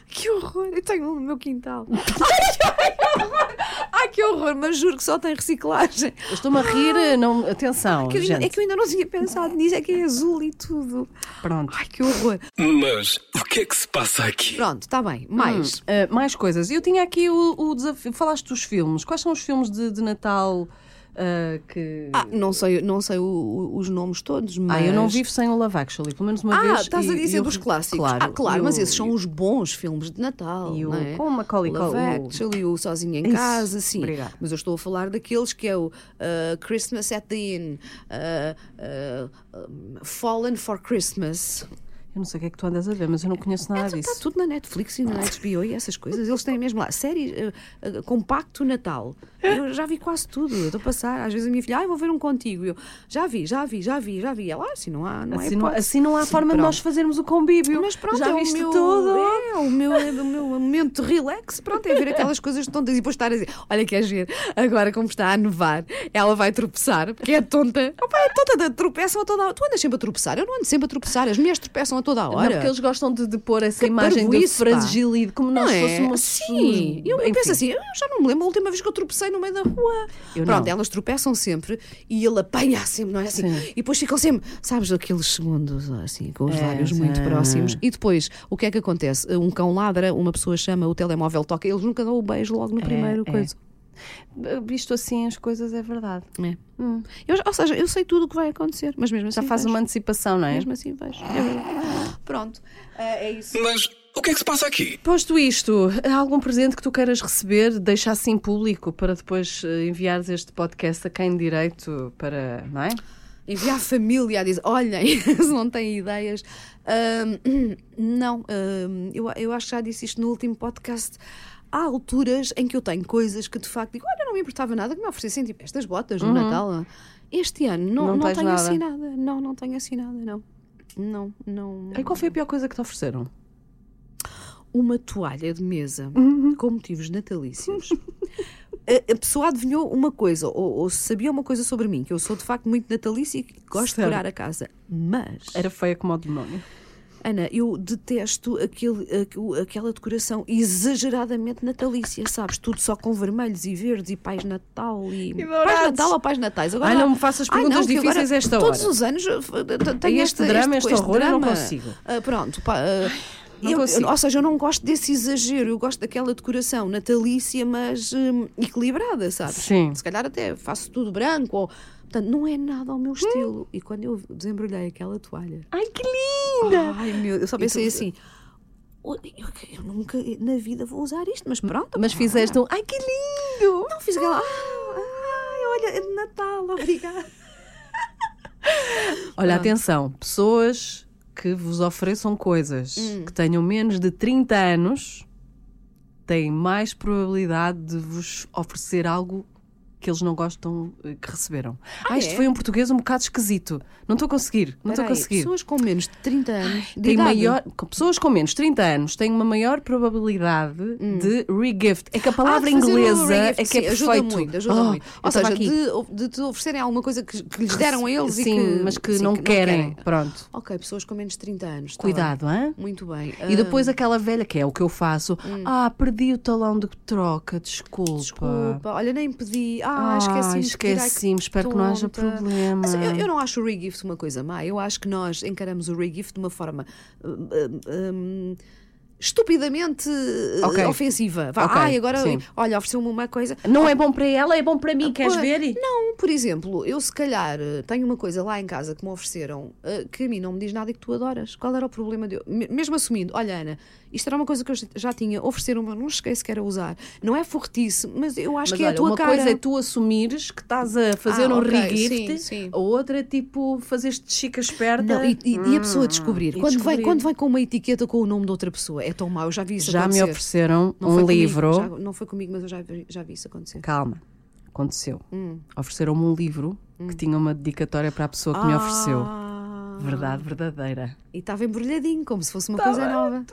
Speaker 2: Que horror! Eu tenho um no meu quintal. Ai, que horror! Ai, que horror! Mas juro que só tem reciclagem.
Speaker 3: Eu Estou-me a rir, eh, não, atenção.
Speaker 2: Que eu ainda-
Speaker 3: gente.
Speaker 2: é que eu ainda não tinha pensado nisso, é que é azul e tudo.
Speaker 3: Pronto.
Speaker 2: Ai, que horror.
Speaker 1: Mas o que é que se passa aqui?
Speaker 2: Pronto, está bem. Mais.
Speaker 3: Ah, mais coisas. Eu tinha aqui o, o desafio. Falaste dos filmes. Quais são os filmes de, de Natal ah, que.
Speaker 2: Ah, não sei, não sei o- o- os nomes todos, mas.
Speaker 3: Ah, eu não vivo sem o Love Actually, pelo menos uma
Speaker 2: Ah,
Speaker 3: vez.
Speaker 2: estás a
Speaker 3: e-
Speaker 2: dizer
Speaker 3: e o-
Speaker 2: dos clássicos.
Speaker 3: Claro,
Speaker 2: ah, claro,
Speaker 3: e o-
Speaker 2: mas esses são os bons filmes de Natal.
Speaker 3: e o-
Speaker 2: não é?
Speaker 3: com o Macaulay
Speaker 2: Love
Speaker 3: Culkin, o-
Speaker 2: Actually, o Sozinho em
Speaker 3: Isso,
Speaker 2: Casa, sim.
Speaker 3: obrigada.
Speaker 2: Mas eu estou a falar daqueles que é o ah, Christmas at the Inn, ah, ah, ah, Fallen for Christmas.
Speaker 3: Eu não sei o que é que tu andas a ver, mas eu não conheço nada
Speaker 2: Está
Speaker 3: disso.
Speaker 2: Então tá tudo na Netflix e na HBO e essas coisas. Eles têm mesmo lá séries, eh, eh, compacto Natal. Eu já vi quase tudo. Eu estou a passar. Às vezes a minha filha, ah, eu vou ver um contigo. Eu já vi, já vi, já vi, já vi. Ela, ah, assim não há, não
Speaker 3: Assim
Speaker 2: é
Speaker 3: não, assim não há forma de nós fazermos o convívio.
Speaker 2: Mas pronto,
Speaker 3: já
Speaker 2: é
Speaker 3: viste
Speaker 2: o meu,
Speaker 3: tudo.
Speaker 2: É, o meu, é o meu momento de relax. Pronto, é ver aquelas coisas tontas e depois estar a dizer: Olha, queres ver? Agora, como está a nevar, ela vai tropeçar, porque é tonta. Opa, é tonta, de- tropeçam a toda hora. Tu andas sempre a tropeçar, eu não ando sempre a tropeçar. As mulheres tropeçam a toda a
Speaker 3: Não,
Speaker 2: hora.
Speaker 3: porque eles gostam de, de pôr essa imagem de
Speaker 2: parvoíce, pá.
Speaker 3: fragilidade, como nós
Speaker 2: Não é?
Speaker 3: fôssemos.
Speaker 2: Sim, eu, eu
Speaker 3: Enfim.
Speaker 2: penso assim, eu já não me lembro a última vez que eu tropecei no meio da rua.
Speaker 3: Eu
Speaker 2: Pronto,
Speaker 3: não.
Speaker 2: elas tropeçam sempre e ele apanha sempre, não é assim?
Speaker 3: Sim.
Speaker 2: E depois ficam sempre, sabes, aqueles segundos assim, com os
Speaker 3: É,
Speaker 2: lábios
Speaker 3: sim.
Speaker 2: muito próximos. E depois, o que é que acontece? Um cão ladra, uma pessoa chama, o telemóvel toca, eles nunca dão o beijo logo no primeiro
Speaker 3: é.
Speaker 2: coisa.
Speaker 3: Visto assim as coisas, é verdade.
Speaker 2: É. Eu, ou seja, eu sei tudo o que vai acontecer, mas mesmo assim.
Speaker 3: Já faz
Speaker 2: vejo.
Speaker 3: uma antecipação, não é?
Speaker 2: Mesmo assim, vejo. É verdade. Pronto, Ah, é isso.
Speaker 1: Mas o que é que se passa aqui?
Speaker 3: Posto isto, há algum presente que tu queiras receber, deixa assim público para depois eh, enviares este podcast a quem de direito para, não é?
Speaker 2: Enviar a família a dizer: olhem, se não têm ideias. Ahm, não, ahm, eu, eu acho que já disse isto no último podcast. Há alturas em que eu tenho coisas que de facto digo: olha, não me importava nada que me oferecessem tipo estas botas no Natal. Este ano não,
Speaker 3: Uhum. Não
Speaker 2: não,
Speaker 3: tens
Speaker 2: tenho
Speaker 3: nada.
Speaker 2: assim nada. Não, não tenho assim nada, não. Não, não.
Speaker 3: E qual foi a pior coisa que te ofereceram? Uhum.
Speaker 2: Uma toalha de mesa com motivos natalícios. a, a pessoa adivinhou uma coisa, ou, ou sabia uma coisa sobre mim, que eu sou de facto muito natalícia e que gosto
Speaker 3: Certo.
Speaker 2: de curar a casa. Mas.
Speaker 3: Era feia como o demónio.
Speaker 2: Ana, eu detesto aquele, aqu- aquela decoração exageradamente natalícia, sabes? Tudo só com vermelhos e verdes e pais Natal e.
Speaker 3: dourados.
Speaker 2: Pais Natal ou pais Natais? Agora
Speaker 3: Ai,
Speaker 2: há-
Speaker 3: não me faças
Speaker 2: Ai,
Speaker 3: perguntas
Speaker 2: não, que agora
Speaker 3: difíceis a esta
Speaker 2: Todos
Speaker 3: hora.
Speaker 2: os anos eh, f- t-
Speaker 3: Tem
Speaker 2: tenho
Speaker 3: este drama, este horror, eu não
Speaker 2: drama.
Speaker 3: consigo.
Speaker 2: Ah, pronto, pá, ah, eu-
Speaker 3: não
Speaker 2: eu-
Speaker 3: consigo.
Speaker 2: ou seja, eu não gosto desse exagero, eu gosto daquela decoração natalícia, mas hum, equilibrada, sabes?
Speaker 3: Sim.
Speaker 2: Se calhar até faço tudo branco ou. Portanto, não é nada ao
Speaker 3: Hum.
Speaker 2: meu estilo. E quando eu desembrulhei aquela toalha.
Speaker 3: Ai, que linda!
Speaker 2: Ai, meu, eu só pensei assim. "Ui, Eu, eu nunca na vida vou usar isto, mas pronto.
Speaker 3: Mas
Speaker 2: pá,
Speaker 3: fizeste um. Ai, que lindo!
Speaker 2: Não fiz aquela. "Ah, ai, olha, é de Natal, obrigada.
Speaker 3: Olha, atenção, pessoas que vos ofereçam coisas
Speaker 2: Hum.
Speaker 3: que tenham menos de 30 anos têm mais probabilidade de vos oferecer algo que eles não gostam eh, que receberam. Ah, isto
Speaker 2: é?
Speaker 3: foi um português um bocado esquisito. Não estou a conseguir, não estou
Speaker 2: Peraí,
Speaker 3: a conseguir.
Speaker 2: Pessoas com menos de 30 anos. de
Speaker 3: Tem
Speaker 2: idade.
Speaker 3: maior, com pessoas com menos de 30 anos têm uma maior probabilidade de regift. É que a palavra
Speaker 2: Hum. Ah, de fazer o
Speaker 3: inglesa
Speaker 2: ring,
Speaker 3: é que é
Speaker 2: sim,
Speaker 3: perfeito.
Speaker 2: ajuda muito, ajuda
Speaker 3: Oh,
Speaker 2: muito.
Speaker 3: eu
Speaker 2: Ou seja,
Speaker 3: estava aqui. Ah,
Speaker 2: de, de te oferecerem alguma coisa que, que lhes deram a eles
Speaker 3: sim,
Speaker 2: e que. Tá
Speaker 3: mas que,
Speaker 2: sim,
Speaker 3: não, querem. Pronto,
Speaker 2: Ok, pessoas com menos de 30 anos. tá bem.
Speaker 3: cuidado, hã?
Speaker 2: Muito bem.
Speaker 3: E depois aquela velha, que é o que eu faço.
Speaker 2: Hum.
Speaker 3: Ah, perdi o talão de troca, desculpa.
Speaker 2: Desculpa, olha, nem pedi. Ah,
Speaker 3: Ah,
Speaker 2: esqueci-me. de tirar,
Speaker 3: esqueci-me, espero que não haja
Speaker 2: tonta.
Speaker 3: problema.
Speaker 2: Mas eu, eu não acho o regift uma coisa má. Eu acho que nós encaramos o regift de uma forma. hum, hum, Estupidamente eh,
Speaker 3: Ok.
Speaker 2: ofensiva. Vá,
Speaker 3: Ok,
Speaker 2: Ai, agora,
Speaker 3: sim.
Speaker 2: olha, ofereceu-me uma coisa.
Speaker 3: Não é bom para ela, é bom para mim, queres
Speaker 2: Pô,
Speaker 3: ver?
Speaker 2: Não, por exemplo, eu se calhar eh, tenho uma coisa lá em casa que me ofereceram eh, que a mim não me diz nada e que tu adoras. Qual era o problema de eu? me- Mesmo assumindo, olha Ana, isto era uma coisa que eu já tinha, ofereceram mas não cheguei sequer a usar. Não é fortice, mas eu acho
Speaker 3: Mas
Speaker 2: que é
Speaker 3: olha,
Speaker 2: a tua
Speaker 3: uma
Speaker 2: cara.
Speaker 3: coisa é tu assumires que estás a fazer
Speaker 2: Ah,
Speaker 3: um
Speaker 2: ok,
Speaker 3: regift,
Speaker 2: sim, sim.
Speaker 3: a outra é tipo fazeres de chica esperta.
Speaker 2: Não, e, e- e a pessoa descobrir.
Speaker 3: Hum, e
Speaker 2: quando,
Speaker 3: descobrir.
Speaker 2: Vai, quando vai com uma etiqueta com o nome de outra pessoa, é tão mau, eu já vi isso
Speaker 3: Já me
Speaker 2: acontecer.
Speaker 3: ofereceram
Speaker 2: Não
Speaker 3: um
Speaker 2: foi comigo,
Speaker 3: livro.
Speaker 2: já- não foi comigo, mas eu já, vi- já vi isso acontecer.
Speaker 3: Calma, aconteceu.
Speaker 2: Hum.
Speaker 3: Ofereceram-me um livro que tinha uma dedicatória para a pessoa que me ofereceu.
Speaker 2: Ah,
Speaker 3: Verdade verdadeira.
Speaker 2: E estava embrulhadinho, como se fosse
Speaker 3: Tá
Speaker 2: uma coisa nova.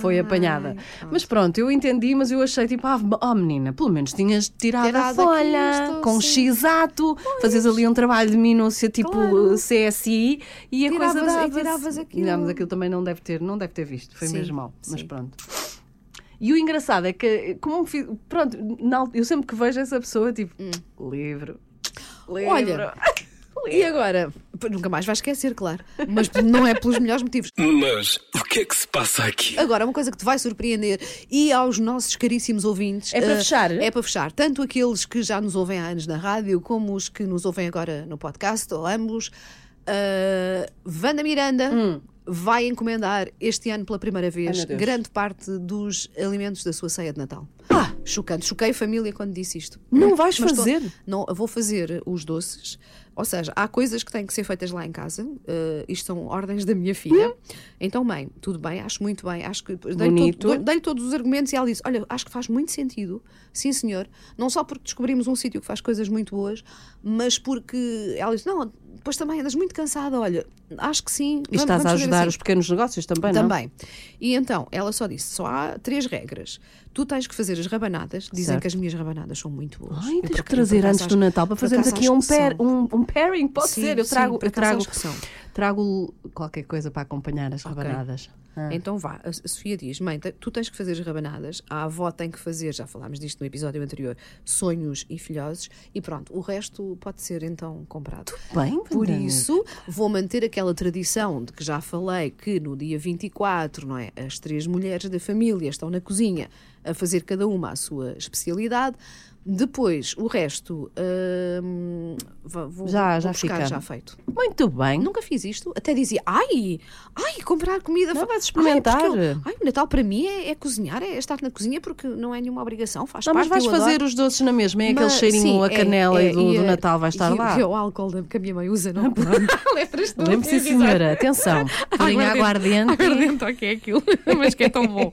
Speaker 3: Foi apanhada. Mas pronto, eu entendi, mas eu achei tipo, ah, oh menina, pelo menos tinhas tirado, a
Speaker 2: Tirado
Speaker 3: folha
Speaker 2: aquilo,
Speaker 3: com um
Speaker 2: sim.
Speaker 3: x-ato, fazes ali um trabalho de minúcia tipo
Speaker 2: Claro.
Speaker 3: CSI e a
Speaker 2: Tiravas-
Speaker 3: coisa
Speaker 2: e
Speaker 3: dava.
Speaker 2: tiravas aquilo.
Speaker 3: Não, mas aquilo também não deve ter, não deve ter visto, foi
Speaker 2: Sim,
Speaker 3: mesmo mal, mas
Speaker 2: sim.
Speaker 3: pronto. E o engraçado é que, como fiz, pronto, na al- eu sempre que vejo essa pessoa, tipo, livro, livro.
Speaker 2: Hum. Olha,
Speaker 3: É.
Speaker 2: E agora? P- Nunca mais vai esquecer, claro. Mas p- não é pelos melhores motivos.
Speaker 1: Mas o que é que se passa aqui?
Speaker 2: Agora, uma coisa que te vai surpreender e aos nossos caríssimos ouvintes.
Speaker 3: É para
Speaker 2: eh,
Speaker 3: fechar?
Speaker 2: É para fechar. Tanto aqueles que já nos ouvem há anos na rádio, como os que nos ouvem agora no podcast, ou ambos. eh, Wanda Miranda vai encomendar este ano pela primeira
Speaker 3: Hum. Ai,
Speaker 2: vez
Speaker 3: meu Deus.
Speaker 2: grande parte dos alimentos da sua ceia de Natal.
Speaker 3: Ah!
Speaker 2: Chocante. Choquei a família quando disse isto.
Speaker 3: Não vais
Speaker 2: Mas tô-
Speaker 3: fazer?
Speaker 2: não, eu vou fazer os doces. Ou seja, há coisas que têm que ser feitas lá em casa. eh, isto são ordens da minha filha. Então, mãe, tudo bem, acho muito bem. Acho que dei-lhe
Speaker 3: Bonito.
Speaker 2: todo- dou- dei-lhe todos os argumentos e ela disse: Olha, acho que faz muito sentido. Sim, senhor. Não só porque descobrimos um sítio que faz coisas muito boas, mas porque ela disse: Não, depois também andas muito cansada. Olha, acho que sim.
Speaker 3: E
Speaker 2: vamos-
Speaker 3: estás a
Speaker 2: vamos fazer
Speaker 3: ajudar
Speaker 2: assim."
Speaker 3: os pequenos negócios também, não?
Speaker 2: Também. E então, ela só disse: só há três regras. Tu tens que fazer as rabanadas. Dizem
Speaker 3: Certo.
Speaker 2: que as minhas rabanadas são muito boas.
Speaker 3: Ai,
Speaker 2: Eu, por
Speaker 3: tens que
Speaker 2: acaso-
Speaker 3: trazer
Speaker 2: por acaso
Speaker 3: antes do
Speaker 2: acho-
Speaker 3: Natal para
Speaker 2: por
Speaker 3: fazermos
Speaker 2: acaso
Speaker 3: aqui
Speaker 2: acho
Speaker 3: um,
Speaker 2: que
Speaker 3: pair,
Speaker 2: são.
Speaker 3: um, um pairing, pode
Speaker 2: Sim,
Speaker 3: ser. Eu
Speaker 2: sim,
Speaker 3: trago,
Speaker 2: por
Speaker 3: eu
Speaker 2: acaso
Speaker 3: trago,
Speaker 2: acho que são.
Speaker 3: trago qualquer coisa para acompanhar as rabanadas. Ah.
Speaker 2: Então vá, a a Sofia diz: mãe, te- tu tens que fazer as rabanadas, a avó tem que fazer, já falámos disto no episódio anterior, sonhos e filhoses, e pronto, o resto pode ser então comprado.
Speaker 3: Bem,
Speaker 2: Por
Speaker 3: Vandana.
Speaker 2: isso, vou manter aquela tradição de que já falei que no dia 24, não é? As três mulheres da família estão na cozinha a fazer cada uma a sua especialidade. Depois, o resto, hum, va- vou,
Speaker 3: Já-
Speaker 2: vou
Speaker 3: já
Speaker 2: buscar
Speaker 3: fica.
Speaker 2: já feito.
Speaker 3: Muito bem.
Speaker 2: Nunca fiz isto. Até dizia, ai, ai, comprar comida.
Speaker 3: Não,
Speaker 2: fa-
Speaker 3: vais experimentar.
Speaker 2: Ai, é porque eu- ai, o Natal para mim é, é cozinhar, é estar na cozinha porque não é nenhuma obrigação, faz
Speaker 3: Não, mas
Speaker 2: parte.
Speaker 3: vais
Speaker 2: eu adoro.
Speaker 3: fazer os doces na mesma, é aquele
Speaker 2: Mas,
Speaker 3: cheirinho
Speaker 2: sim,
Speaker 3: a
Speaker 2: é,
Speaker 3: canela
Speaker 2: é,
Speaker 3: e do, do
Speaker 2: a-
Speaker 3: Natal vai estar
Speaker 2: e,
Speaker 3: lá.
Speaker 2: E o álcool da- que a minha mãe usa, não? Lembras-te do
Speaker 3: Lembre-se,
Speaker 2: episódio?
Speaker 3: senhora, atenção, podem aguardente.
Speaker 2: Aguardente, ok, é aquilo, mas que é tão bom.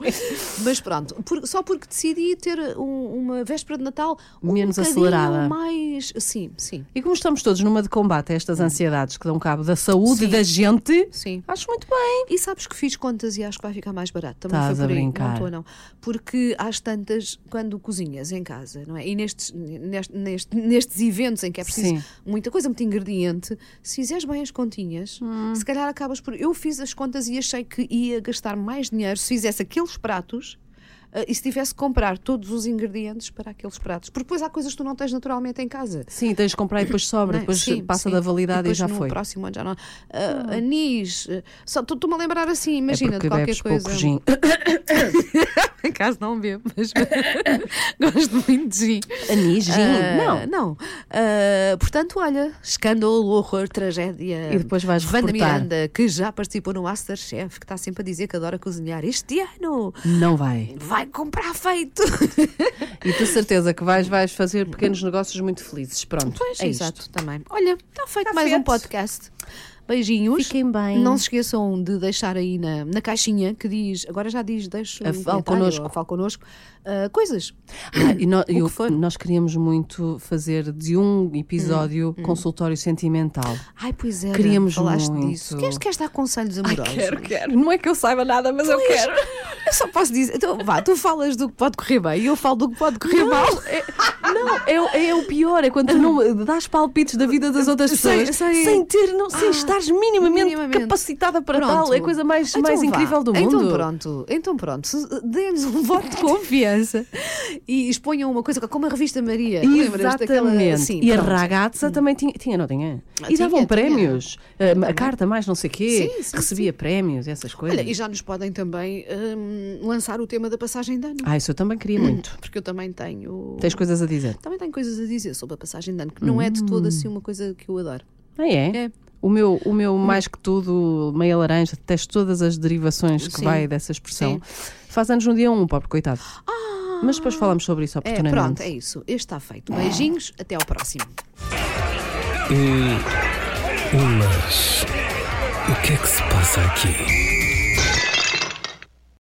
Speaker 2: mas pronto, por- só porque decidi ter um- uma véspera de Natal um
Speaker 3: Menos
Speaker 2: bocadinho
Speaker 3: acelerada.
Speaker 2: mais. Sim, sim.
Speaker 3: E como estamos todos numa de combate a estas ansiedades que dão cabo da saúde
Speaker 2: Hum. Sim.
Speaker 3: da gente,
Speaker 2: Sim.
Speaker 3: acho muito bem.
Speaker 2: E sabes que fiz contas e acho que vai ficar mais barato. Também
Speaker 3: Estás
Speaker 2: foi por
Speaker 3: a
Speaker 2: aí.
Speaker 3: brincar.
Speaker 2: Não estou, não. Porque às tantas, quando cozinhas em casa, não é? E nestes, neste- neste- nestes eventos em que é preciso
Speaker 3: Sim.
Speaker 2: muita coisa, muito ingrediente, se fizeres bem as continhas,
Speaker 3: Hum.
Speaker 2: se calhar acabas por. Eu fiz as contas e achei que ia gastar mais dinheiro se fizesse aqueles pratos. ah, e se tivesse que comprar todos os ingredientes para aqueles pratos. Porque depois há coisas que tu não tens naturalmente em casa.
Speaker 3: Sim, tens de comprar e depois sobra,
Speaker 2: Não é?
Speaker 3: depois
Speaker 2: Sim,
Speaker 3: passa
Speaker 2: sim.
Speaker 3: da validade e,
Speaker 2: depois
Speaker 3: já
Speaker 2: no
Speaker 3: foi.
Speaker 2: próximo ano já não. Ah, Anis, eh, só estou-me a lembrar assim, imagina,
Speaker 3: é
Speaker 2: de
Speaker 3: porque
Speaker 2: qualquer
Speaker 3: bebes
Speaker 2: coisa.
Speaker 3: pouco gin.
Speaker 2: Por acaso não bebo, mas gosto muito de gin.
Speaker 3: Anis, gin?
Speaker 2: Ah,
Speaker 3: não.
Speaker 2: Não. Ah, portanto, olha, escândalo, horror, tragédia.
Speaker 3: E depois vais
Speaker 2: Wanda
Speaker 3: reportar.
Speaker 2: Miranda, que já participou no Masterchef, que está sempre a dizer que adora cozinhar este ano.
Speaker 3: Não vai.
Speaker 2: Vai comprar feito!
Speaker 3: E tu certeza que vais, vais fazer pequenos negócios muito felizes. Pronto,
Speaker 2: Pois,
Speaker 3: é isto.
Speaker 2: exato, também. Olha, está feito
Speaker 3: Tá
Speaker 2: mais
Speaker 3: feito.
Speaker 2: um podcast. Beijinhos.
Speaker 3: Fiquem bem.
Speaker 2: Não se esqueçam de deixar aí na, na caixinha que diz, agora já diz, deixa
Speaker 3: A
Speaker 2: um
Speaker 3: fala
Speaker 2: comentário,
Speaker 3: connosco.
Speaker 2: ou a fala connosco, ah, coisas.
Speaker 3: Ah, e nó- eu-
Speaker 2: que for.
Speaker 3: nós queríamos muito fazer de um
Speaker 2: Hum,
Speaker 3: episódio consultório sentimental.
Speaker 2: Ai, pois é,
Speaker 3: Queríamos
Speaker 2: falaste
Speaker 3: muito.
Speaker 2: disso. Queres, queres dar conselhos amorosos?
Speaker 3: quero. Não é que eu saiba nada, mas eu quero.
Speaker 2: Eu só posso dizer, então, vá, tu falas do que pode correr bem e eu falo do que pode correr mal.
Speaker 3: Não, é, é o pior, é quando tu não dás palpites da vida das outras
Speaker 2: Sei,
Speaker 3: pessoas
Speaker 2: sei.
Speaker 3: sem ter, não, sem
Speaker 2: Ah,
Speaker 3: estares minimamente,
Speaker 2: minimamente.
Speaker 3: capacitada para
Speaker 2: Pronto.
Speaker 3: tal. É a coisa mais,
Speaker 2: Então
Speaker 3: mais
Speaker 2: vá.
Speaker 3: incrível do mundo.
Speaker 2: Então pronto, então pronto, Se- dê-nos um voto de confiança e exponham uma coisa como a revista Maria. Lembras daquela-
Speaker 3: Exatamente.
Speaker 2: Sim,
Speaker 3: e a
Speaker 2: pronto. Hum.
Speaker 3: ragazza também tinha, tinha, não tinha?
Speaker 2: Ah,
Speaker 3: E
Speaker 2: tinha,
Speaker 3: davam
Speaker 2: tinha.
Speaker 3: prémios, ah, a carta mais não sei quê,
Speaker 2: Sim, sim,
Speaker 3: recebia prémios, essas coisas.
Speaker 2: Olha, e já nos podem também hum, lançar o tema da passagem de ano.
Speaker 3: Ah, isso eu também queria muito.
Speaker 2: Porque eu também tenho.
Speaker 3: Tens Hum. coisas a dizer.
Speaker 2: Também tenho coisas a dizer sobre a passagem de ano, que não é de todo assim uma coisa que eu adoro.
Speaker 3: Ah, é?
Speaker 2: É.
Speaker 3: O meu, o meu mais que tudo, meia laranja, detesto todas as derivações que
Speaker 2: Sim.
Speaker 3: vai dessa expressão.
Speaker 2: Sim. Ah.
Speaker 3: Faz anos no dia um, pobre coitado. Mas depois falamos sobre isso
Speaker 2: É,
Speaker 3: oportunamente.
Speaker 2: pronto, é isso. Este está feito. Beijinhos, até ao próximo.
Speaker 1: Ulas. O que é que se passa aqui?